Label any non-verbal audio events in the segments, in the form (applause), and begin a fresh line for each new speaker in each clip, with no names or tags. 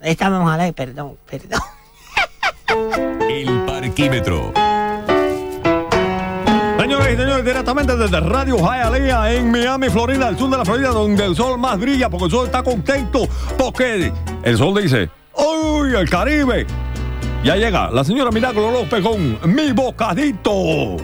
Estábamos al aire, perdón, perdón. (laughs)
El parquímetro.
Señores y señores, directamente desde Radio Hialeah en Miami, Florida, el sur de la Florida, donde el sol más brilla, porque el sol está contento, porque el sol dice, ¡Uy, el Caribe! Ya llega la señora Milagro López con mi bocadito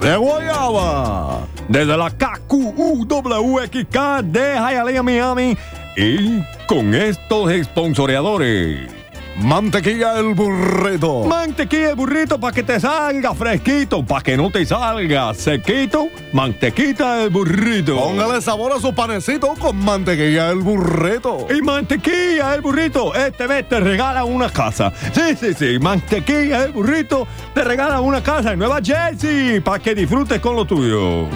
de guayaba, desde la KQUWXK de Hialeah, Miami, y con estos esponsoreadores.
Mantequilla el burrito.
Oh. Mantequilla el burrito para que te salga fresquito, para que no te salga sequito. Mantequita el burrito.
Póngale sabor a su panecito con mantequilla el burrito.
Y mantequilla el burrito. Este mes te regala una casa. Sí, sí, sí. Mantequilla el burrito te regala una casa en Nueva Jersey para que disfrutes con lo tuyo.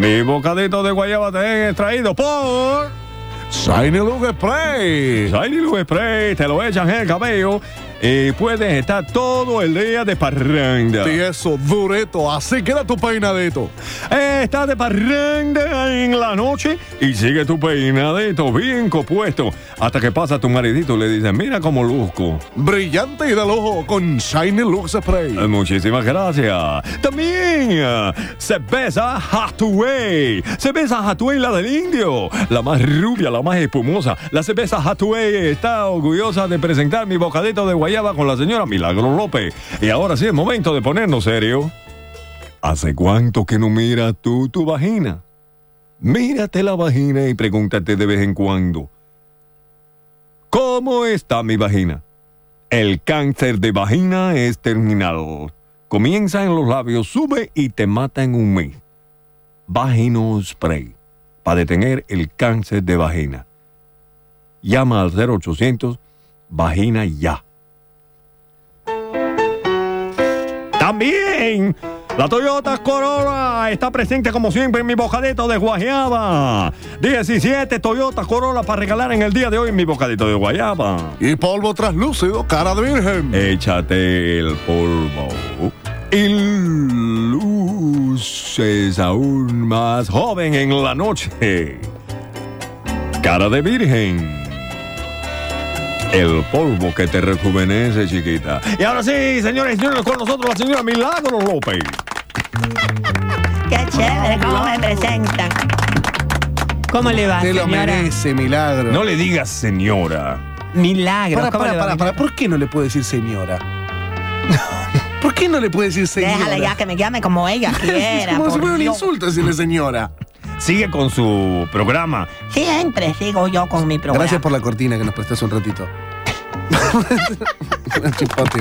Mi bocadito de guayaba te he traído por...
Shiny Luke Spray.
Shiny Lube Spray, te lo echan en el cabello y puedes estar todo el día de parranda.
Tieso, dureto, así queda tu peinadito.
Eh, Estás de parranda en la noche y sigue tu peinadito bien compuesto hasta que pasa tu maridito y le dices, mira cómo luzco.
Brillante y de lujo con Shiny Luke Spray.
Eh, Muchísimas gracias. También eh, cerveza Hathaway. Cerveza Hathaway, la del indio. La más rubia, la más espumosa. La cerveza Hathaway está orgullosa de presentar mi bocadito de guayaba con la señora Milagro López. Y ahora sí es momento de ponernos serio. ¿Hace cuánto que no miras tú tu vagina? Mírate la vagina y pregúntate de vez en cuando. ¿Cómo está mi vagina? El cáncer de vagina es terminal. Comienza en los labios, sube y te mata en un mes. Vagino Spray. Para detener el cáncer de vagina. Llama al 0800 Vagina Ya. También la Toyota Corolla está presente como siempre en mi bocadito de Guayaba. 17 Toyota Corolla para regalar en el día de hoy en mi bocadito de Guayaba.
Y polvo traslúcido, cara de virgen.
Échate el polvo y luces aún más joven en la noche. Cara de virgen. El polvo que te rejuvenece, chiquita. Y ahora sí, señores y señores, con nosotros la señora Milagro López.
Qué chévere, cómo me presentan. ¿Cómo le va, Ah, señora?
milagro.
No le digas señora.
Milagro.
para,
¿cómo
para,
le va,
para, para. ¿Por qué no le puedo
(laughs)
decir señora? ¿Por qué no le puedo decir
milagro?
señora?
Déjala
(laughs)
ya que me llame como ella quiera.
Como si
por
fuera un
Dios.
insulto decirle señora.
Sigue con su programa.
Siempre sigo yo con mi programa.
Gracias por la cortina que nos prestaste
(laughs)
un ratito. Chipote.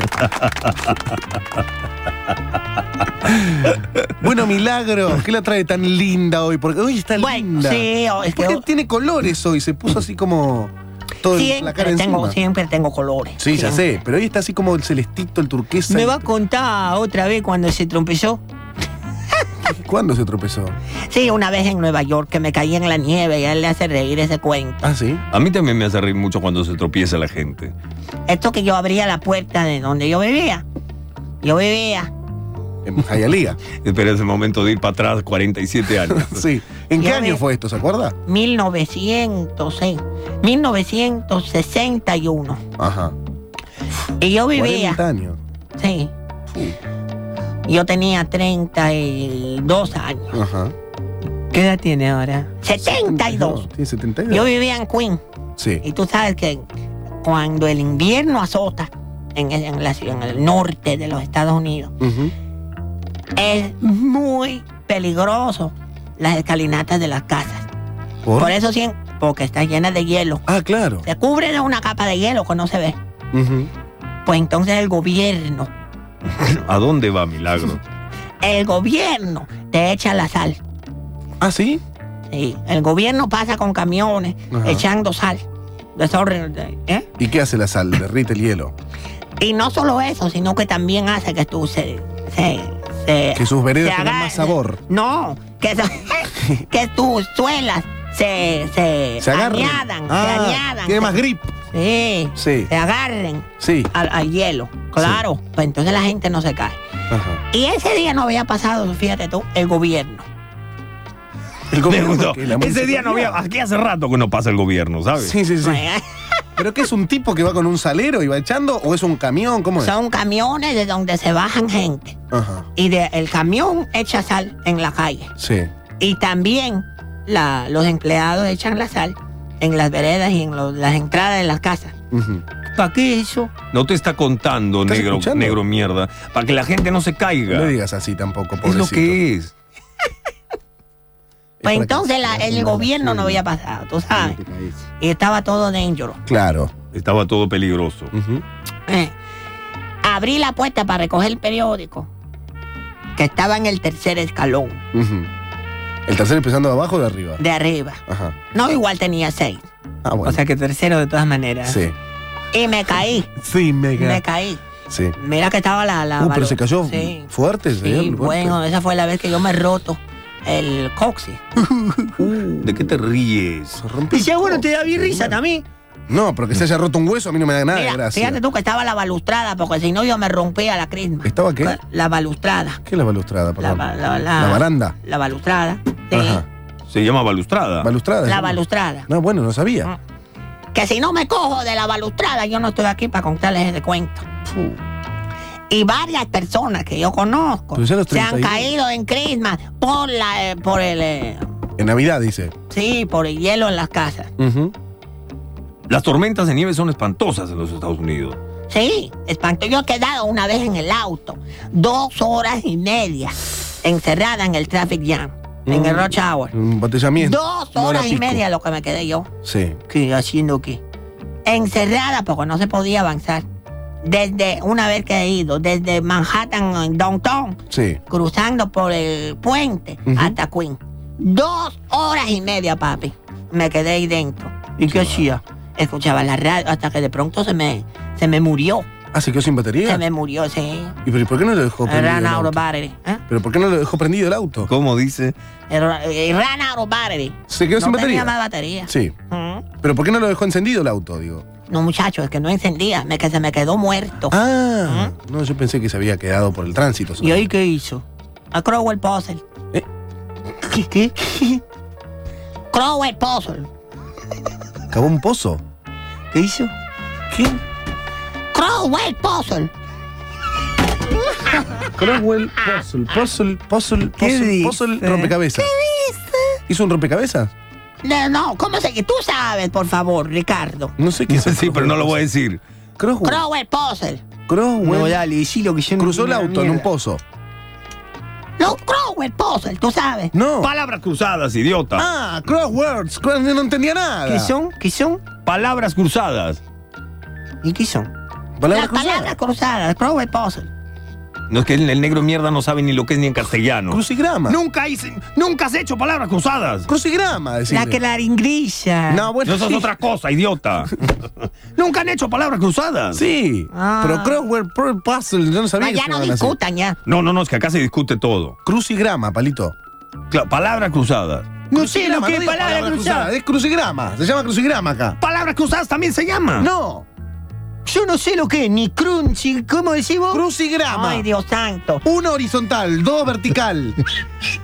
bueno, milagro, ¿qué la trae tan linda hoy? Porque hoy está
Bueno,
linda.
sí, o- es que
¿Por qué
o-
tiene colores hoy? Se puso así como todo el- la cara
siempre tengo,
encima.
siempre tengo colores.
Sí, ya
Siempre.
sé, pero hoy está así como el celestito, el turquesa.
¿Me va a contar otra vez cuando se trompezó?
¿Cuándo se tropezó?
Sí, una vez en Nueva York que me caí en la nieve y él le hace reír ese cuento.
Ah, sí.
A mí también me hace reír mucho cuando se tropieza la gente.
Esto que yo abría la puerta de donde yo vivía. Yo vivía.
En
(laughs)
Jayalía.
Espera ese momento de ir para atrás 47
(laughs)
años.
Sí. ¿En qué
Ya
año
ve.
fue esto? ¿Se acuerda?
1900, sí, 1961.
Ajá.
Y yo vivía,
40 años.
sí. Yo tenía 32 años.
Ajá.
¿Qué edad tiene ahora? 72.
Tiene 72.
Yo vivía en Queen.
Sí.
Y tú sabes que cuando el invierno azota en el, en la- en el norte de los Estados Unidos,
Ujú.
es muy peligroso las escalinatas de las casas.
¿Por?
Por eso sí, porque está llena de hielo.
Ah, claro.
Se cubre de una capa de hielo que no se ve.
Ujú.
Pues entonces el gobierno,
¿A dónde va Milagro?
el gobierno te echa la sal.
Ah, sí.
Sí, el gobierno pasa con camiones
Ajá.
echando sal. Desorden, ¿eh?
¿Y qué hace la sal? Derrite el hielo.
Y no solo eso, sino que también hace que tú se... se, se-
Que sus veredas
se
tengan
haga-
más sabor.
No, que,
(laughs)
se- que tus suelas se... Se,
Se agarran.
añadan,
Ah,
se añadan.
Tiene
se-
más grip.
Sí,
Sí.
se agarren
Sí.
al, al hielo. Claro, pues entonces la gente no se cae.
Ajá.
Y ese día no había pasado, fíjate tú, el gobierno.
El
Me
gobierno,
gustó.
que la
Ese día no había.
municipalidad-
Aquí hace rato que no pasa el gobierno, ¿sabes?
Pues,
Sí, sí, sí. ¿Pero qué es un tipo que va con un salero y va echando? ¿O es un camión? ¿Cómo es?
Son camiones de donde se bajan gente.
Ajá.
Y de- el camión echa sal en la calle.
Sí.
Y también la- los empleados echan la sal en las veredas y en los- las entradas de las casas.
Ujú.
¿Para qué eso? No te está contando,
¿Estás
negro,
escuchando?
negro mierda. Para que la gente no se caiga.
No le digas así tampoco,
es
pobrecito.
lo que es.
Pues entonces la- el gobierno no había pasado, tú sabes. Y estaba todo dangerous.
Claro.
Estaba todo peligroso.
Ujú.
Eh, Abrí la puerta para recoger el periódico, que estaba en el tercer escalón,
Ujú. El tercero empezando de abajo o de arriba.
de arriba.
Ajá.
No, igual tenía seis.
Ah,
O
bueno.
sea que tercero de todas maneras.
sí.
Y me caí,
Sí, mega.
me caí.
Sí.
Mira que estaba la... la
Uh, pero
valo-
se cayó
Sí,
fuerte. se dio
sí
el golpe.
bueno, esa fue la vez que yo me he roto el coxis.
¿De qué te ríes?
Se rompió el codo.
también.
No, pero que se haya roto un hueso a mí no me da nada de
Mira,
gracia.
fíjate tú que estaba la balustrada, porque si no yo me rompía la crisma.
¿Estaba qué?
La balustrada.
¿Qué es la balustrada?
La,
Perdón?
ba- la- la-
La baranda.
La balustrada. Sí,
Ajá.
Se llama balustrada.
Balustrada.
la
¿no?
balustrada. Ah.
No, bueno, no sabía.
Que si no me cojo de la balustrada, yo no estoy aquí para contarles ese cuento.
Fu.
Y varias personas que yo conozco
Pero ya los
se han
32.
caído en crisma por la, eh, por el, eh,
En Navidad, dice.
sí, por el hielo en las casas.
Ujú.
Las tormentas de nieve son espantosas en los Estados Unidos.
Sí, espanto. Yo he quedado una vez en el auto, dos horas y media, encerrada en el traffic jam, en el
Mm.
rush hour.
Un Embotellamiento.
Dos
Una hora
horas y
pico.
media lo que me quedé yo.
Sí.
¿Qué? ¿Haciendo qué? Encerrada porque no se podía avanzar. Desde, una vez que he ido, desde Manhattan, en downtown,
Sí.
cruzando por el puente
Ujú.
hasta Queen. Dos horas y media, papi. Me quedé ahí dentro. ¿Y qué hacía? Escuchaba la radio hasta que de pronto se me, se me murió.
Ah, se quedó sin
Se
batería.
me murió, sí.
¿Y pero, ¿y por qué no lo dejó prendido?
Ran
el
out of
auto?
battery. ¿eh?
¿Pero por qué no lo dejó prendido el auto?
¿Cómo dice?
Era- eh, Ran out of battery.
¿Se quedó
no
sin
tenía
batería?
más batería.
Sí.
Ujú.
¿Pero por qué no lo dejó encendido el auto? Digo.
No, muchacho, es que no encendía. Me, que se me quedó muerto.
Ah. No, yo pensé que se había quedado por el tránsito.
¿Y ahí qué hizo? A Crowell Puzzle.
¿Eh?
¿Qué? ¿Qué? Crowell Puzzle.
Acabó un pozo.
¿Qué hizo?
¿Qué?
Crowell Puzzle.
Cromwell Puzzle, Puzzle, Puzzle, Puzzle,
dice?
Puzzle, rompecabezas. ¿Hizo un rompecabezas?
No, no, ¿cómo se que tú sabes, por favor, Ricardo?
No sé qué es.
(laughs) Sí, pero no lo voy a decir.
Cromwell.
Crowell Puzzle.
Cromwell.
dale, decí lo que yo
Uh. Cruzó el auto en un pozo.
No, Crowell Puzzle, tú sabes.
No.
Palabras cruzadas, idiota.
Ah, crosswords. Cross- No entendía nada.
¿Qué son? ¿Qué son?
Palabras cruzadas.
¿Y qué son?
Palabras
Las palabras
cruzadas.
cruzadas, Crowell Puzzle.
No es que el, el negro mierda no sabe ni lo que es ni en castellano.
Crucigrama.
Nunca, hice- nunca has hecho palabras cruzadas.
Crucigrama, decirle.
La que la ingrisa.
No, bueno.
No sos
sí.
otra cosa, idiota. (laughs) Nunca han hecho palabras cruzadas.
Sí.
Ah.
Pero Cromwell Pearl Puzzle, yo no sabía
Ah,
que
ya
se
no
llamaban así.
discutan, ya.
No, no, no, es que acá se discute todo.
Crucigrama, palito.
Cla- palabras cruzadas.
No sé
lo que es
digo
palabra cruzada.
Es crucigrama. Se llama crucigrama acá.
Palabras cruzadas también se
Ah.
llama.
No.
Yo no sé lo que es, ni crunchy, ¿cómo decís vos?
Crucigrama.
Ay, Dios santo.
Uno horizontal, dos vertical.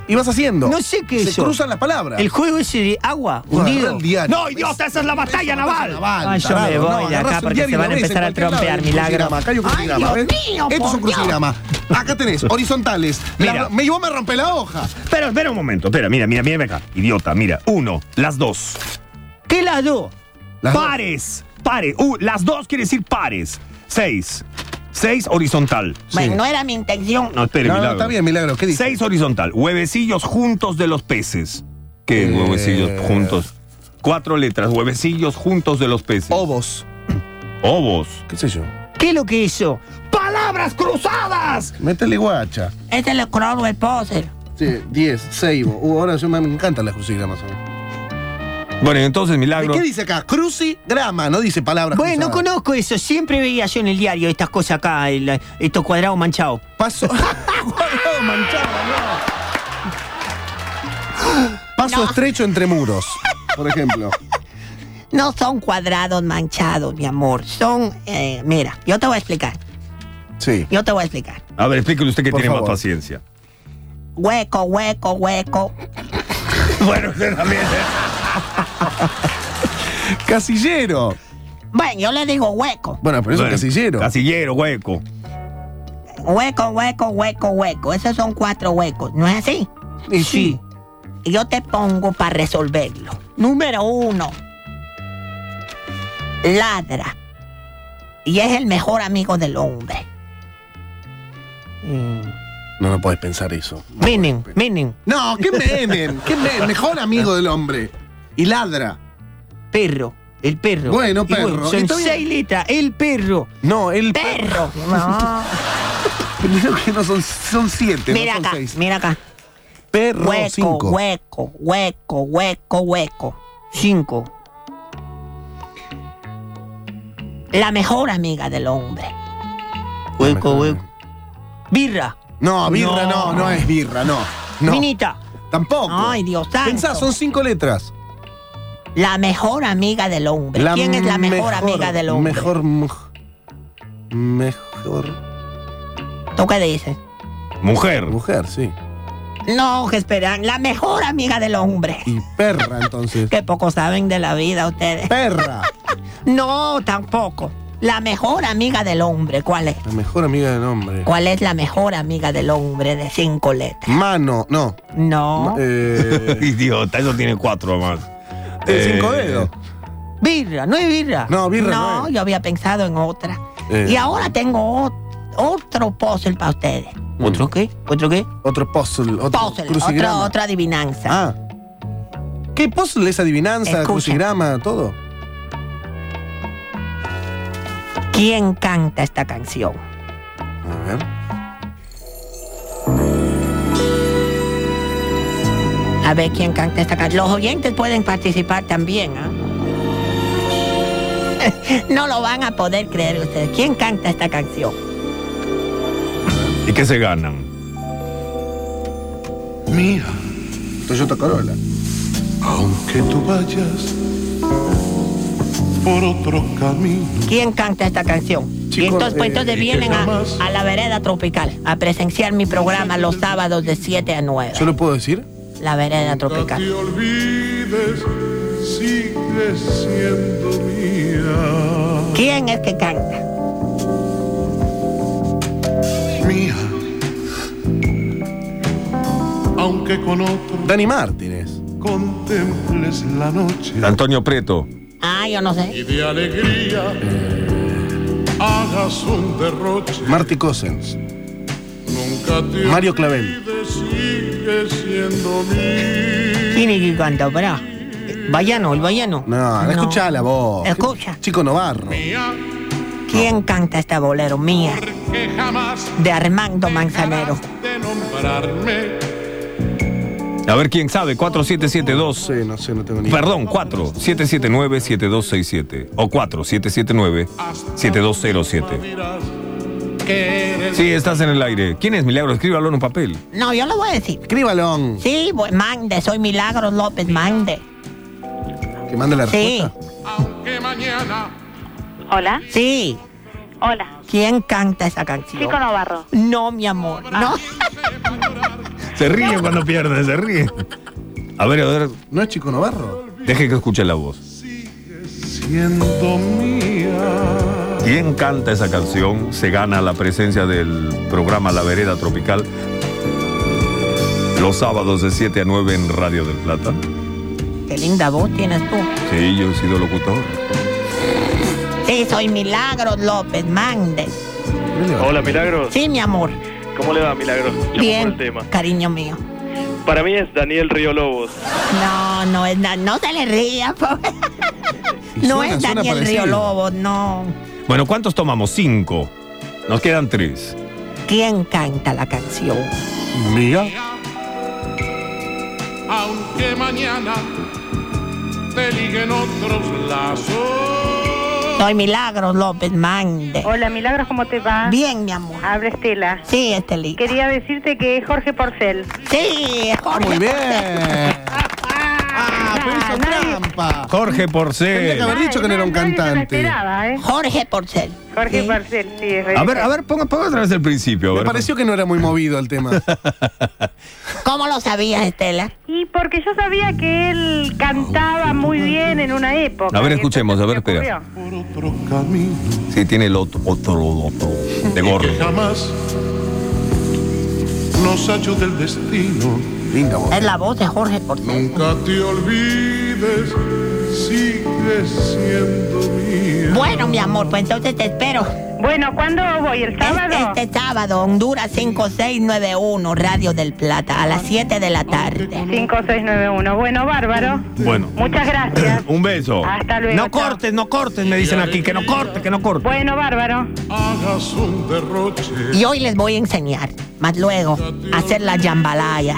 y vas haciendo.
No sé qué es
Se
eso.
cruzan las palabras.
El juego ese de agua,
Vos agarrás
hundido.
el diario.
No, idiota, esa es la batalla naval.
Ay, yo me voy
tarado.
de acá
agarrás un
porque
diario
se
y
van a
lo lees
empezar
en
a
cualquier lado.
trompear,
Hay un
milagro.
crucigrama, acá hay un
Ay,
crucigrama,
Dios
¿ves?
mío,
Esto es
por
un
Dios.
crucigrama. Acá tenés, horizontales. La-
Mira.
me, yo me rompé la hoja.
Pero espera un momento, espera, mira, mira, mira acá. Idiota, mira. Uno, las dos.
¿Qué las dos?
Las dos.
pares, pares. Uh, las dos quiere decir pares. Seis. Seis horizontal.
Bueno, no era mi intención.
No, espere,
No, no,
milagro.
está bien, milagro. ¿Qué dices?
Seis horizontal. Huevecillos juntos de los peces. ¿Qué
Eh.
huevecillos juntos? Cuatro letras. Huevecillos juntos de los peces.
Ovos.
Ovos.
¿Qué sé yo?
¿Qué es lo que es eso?
¡Palabras cruzadas!
Métele guacha.
Este es el Crowell Puzzle.
Sí, 10, Seibo. Uh, ahora yo me me encantan las crucigramas. ¿eh?
Bueno, entonces,
¿De
milagro.
¿Qué dice acá? Crucigrama, no dice palabras.
Bueno, no
cruzadas.
conozco eso. Siempre veía yo en el diario estas cosas acá, el- estos cuadrados manchados.
Paso. (laughs) Guardado, manchado, no. Paso estrecho entre muros, por ejemplo.
No son cuadrados manchados, mi amor. Son, eh, mira, yo te voy a explicar.
Sí.
Yo te voy a explicar.
A ver, explíquele usted que
Por
tiene
favor.
más
(laughs)
paciencia.
Hueco, hueco, hueco.
¿eh?
bueno, usted también.
Casillero.
Bueno, yo le digo hueco.
Bueno, pero eso
Bueno,
es casillero.
Casillero, hueco.
Hueco, hueco, hueco, hueco. Esos son cuatro huecos, ¿no es así?
Y sí.
Y Yo te pongo para resolverlo. Número uno. Ladra. Y es el mejor amigo del hombre.
Mm,
No, no podés pensar eso.
Menem, Menem,
No, qué memen, qué memen, mejor amigo del hombre. Y ladra.
perro. El perro.
Bueno,
Y
perro,
son
está bien.
seis letras. El perro.
No,
(laughs)
el
Perro. No.
Primero que no son, son siete,
Mira
no son
acá,
seis.
mira acá.
Perro
Hueco,
cinco.
hueco, hueco, hueco, hueco.
Cinco.
La mejor amiga del hombre.
Hueco, hueco. Birra.
No, birra no. no, es birra, no. No.
Minita.
Tampoco.
Ay, Dios santo.
Pensá, son cinco letras.
La mejor amiga del hombre. ¿Quién es la mejor, amiga del hombre?
Mejor. muj- Mejor
¿Tú qué dices?
Mujer.
mujer, sí.
No, que esperan. La mejor amiga del hombre.
Y perra,
(laughs)
entonces.
Que poco saben de la vida ustedes.
perra.
No, tampoco. La mejor amiga del hombre, ¿cuál es?
La mejor amiga del hombre.
¿Cuál es la mejor amiga del hombre de cinco letras?
Mano, no.
No.
Eh,
(laughs) Idiota, eso tiene cuatro más.
de cinco dedos.
Birra. No es birra.
No, birra no.
no,
es.
yo había pensado en otra.
Eh.
Y ahora tengo ot- otro puzzle para ustedes.
¿Otro qué? ¿Otro qué?
Otro puzzle, Mm. otro
Puzzle, otra,
crucigrama.
otra adivinanza.
Ah. ¿Qué puzzle es adivinanza,
Escucha.
crucigrama, todo? Ah.
¿Quién canta esta canción?
A ver.
A ver quién canta esta canción. Los oyentes pueden participar también, ¿ah? (laughs) No lo van a poder creer ustedes. ¿Quién canta esta canción?
¿Y qué se ganan?
Mira, Toyota Corolla.
Aunque tú vayas por otro camino,
¿Quién canta esta canción? y
Chicos,
estos puestos
eh,
de vienen a,
jamás-
a la vereda tropical a presenciar mi programa los sábados de 7 a 9.
¿Yo lo puedo decir?
La vereda
nunca
tropical.
te olvides, sigue siendo mía.
¿Quién es que canta?
Mía. Aunque con otro
Dani Martínez.
contemples la noche
Antonio Preto.
Ah, yo no sé.
y de alegría hagas un derroche.
Marty Cosens.
Nunca te
Mario Clavel.
olvides, sigue siendo mía.
¿Quién es que canta? Pará. Bayano, el bayano.
No,
No.
no. escuchá la voz.
Escucha.
Chico Novarro.
Mía,
¿Quién canta este bolero? Mía,
porque jamás
de Armando Manzanero.
de nombrarme
A ver quién sabe. 4772.
Sí, no sé, no tengo ni idea.
Perdón, 4779-7267. O 4779-7207.
dirás que eres
Sí, estás en el aire. ¿Quién es Milagro? Escríbalo en un papel.
No, yo lo voy a decir.
Escríbalo.
Sí, voy- Mande, soy Milagros López, mande.
Que manda la
Sí,
respuesta.
aunque mañana
Hola,
sí.
hola,
¿Quién canta esa canción?
Chico Navarro.
No, mi amor, no.
Se
(laughs)
ríe cuando pierde, se ríe. A ver, a ver.
¿No es Chico Novarro?
Deje que escuche la voz.
siendo mía.
Quien canta esa canción se gana la presencia del programa La Vereda Tropical los sábados de 7 a 9 en Radio del Plata.
Qué linda voz tienes tú.
Sí, yo he sido locutor.
Sí, soy Milagros López, mande.
Hola Milagros,
Sí, mi amor.
¿cómo le va Milagros? Llamo por
Bien,
el tema.
cariño mío.
Para mí es Daniel Río Lobos.
No, no es da- no se le ría, pobre.
Y
No
suena,
es
suena
Daniel
parecido.
Río Lobo, no.
Bueno, ¿cuántos tomamos? Cinco. Nos quedan tres.
¿Quién canta la canción? (laughs)
Mira.
Aunque mañana te liguen otros lazos.
Soy Milagros López, mande.
Hola Ah. Milagros, ¿cómo te va?
Bien, mi amor.
Habla Estela.
Sí, este Estelita.
Quería decirte que es Jorge Porcel.
Sí, Jorge.
Muy ah, bien.
Ah,
pues
pero hizo
nadie-
trampa.
Jorge
Tendría que
Porcel.
haber dicho que no era un
nadie se lo
cantante.
esperaba, ¿eh?
Jorge Porcel.
Jorge
Sí.
Marcel, sí. es
A
verdad.
ver, a ver, ponga, ponga otra vez el principio. a
Me
ver.
pareció que no era muy movido el tema.
¿Cómo lo sabías, Estela?
Y porque yo sabía que él cantaba muy bien en una época.
A ver,
y
escuchemos, a ver,
entonces me
espera.
ocurrió.
por otro camino
Sí, tiene el otro, otro, otro, de gorro.
que jamás nos ayude el destino.
Linda voz.
Es la voz de Jorge Porcel.
Nunca te olvides, sigue siendo mía.
Bueno, mi amor, pues entonces te espero.
Bueno, ¿cuándo voy? ¿El sábado?
Es- Este sábado, Honduras 5691, Radio del Plata, a las 7 de la tarde.
5691. Bueno, bárbaro.
Bueno.
Muchas
(clears throat)
gracias.
Un beso.
Hasta luego.
No
chao.
cortes, no cortes, me dicen aquí, que no cortes, que no cortes.
Bueno, bárbaro.
Hagas un derroche.
Y hoy les voy a enseñar, más luego, a hacer la jambalaya.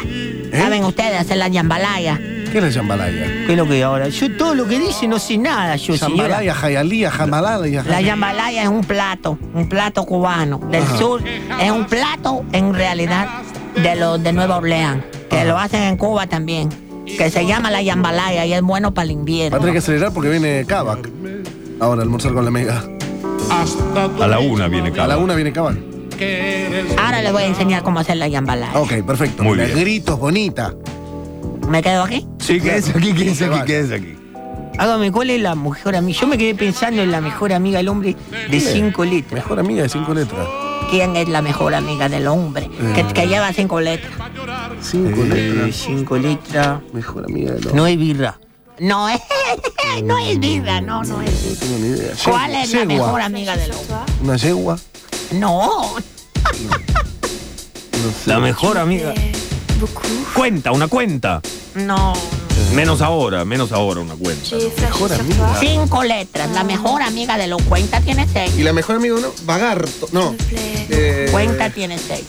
¿Eh?
¿Saben ustedes hacer la jambalaya?
¿Qué es la jambalaya?
¿Qué es lo que ahora? Yo todo lo que dice no sé nada, yo señora.
Jambalaya, jayalía, jamalaya.
La jambalaya es un plato, un plato cubano del sur. Es un plato, en realidad, de los de Nueva Orleans, que lo hacen en Cuba también, que se llama la jambalaya y es bueno para el
Va a tener
invierno.
que acelerar porque viene Kavak. Ahora, almorzar con la mega.
Hasta tu
A la una
misma
viene
vida
A la
Kavak.
una viene Kavak.
que eres
Ahora les voy a enseñar cómo hacer la jambalaya.
Ah, Ok, perfecto.
Muy
Los
bien.
gritos, bonita.
¿Me quedo aquí?
Sí, quédese aquí, quédese
Vale.
aquí, quédese aquí.
Haga mi cola y la mejor amiga. Yo me quedé pensando en la mejor amiga del hombre de cinco letras.
Mejor amiga de cinco letras.
¿Quién es la mejor amiga del hombre? Que, que lleva cinco letras.
Mm.
Eh.
Cinco
De
letras.
cinco letras.
Mejor amiga de los.
No hay birra.
No (laughs) es, no es vida, no, no es vida.
tengo ni idea.
¿Cuál es la
Yegua.
mejor amiga del hombre?
Una yegua.
No,
La mejor amiga.
Cuenta, una cuenta.
no.
Menos ahora, menos ahora una cuenta.
Mejor amiga.
Cinco letras. La mejor amiga de los cuenta tiene seis.
Y la mejor amiga de uno, Vagarto. No. Eh,
Cuenta tiene seis.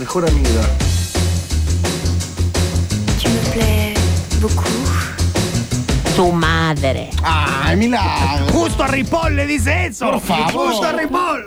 Mejor amiga.
Tu madre.
¡Ay, milagro!
Justo a Ripoll le dice eso.
Por favor.
Justo a Ripoll.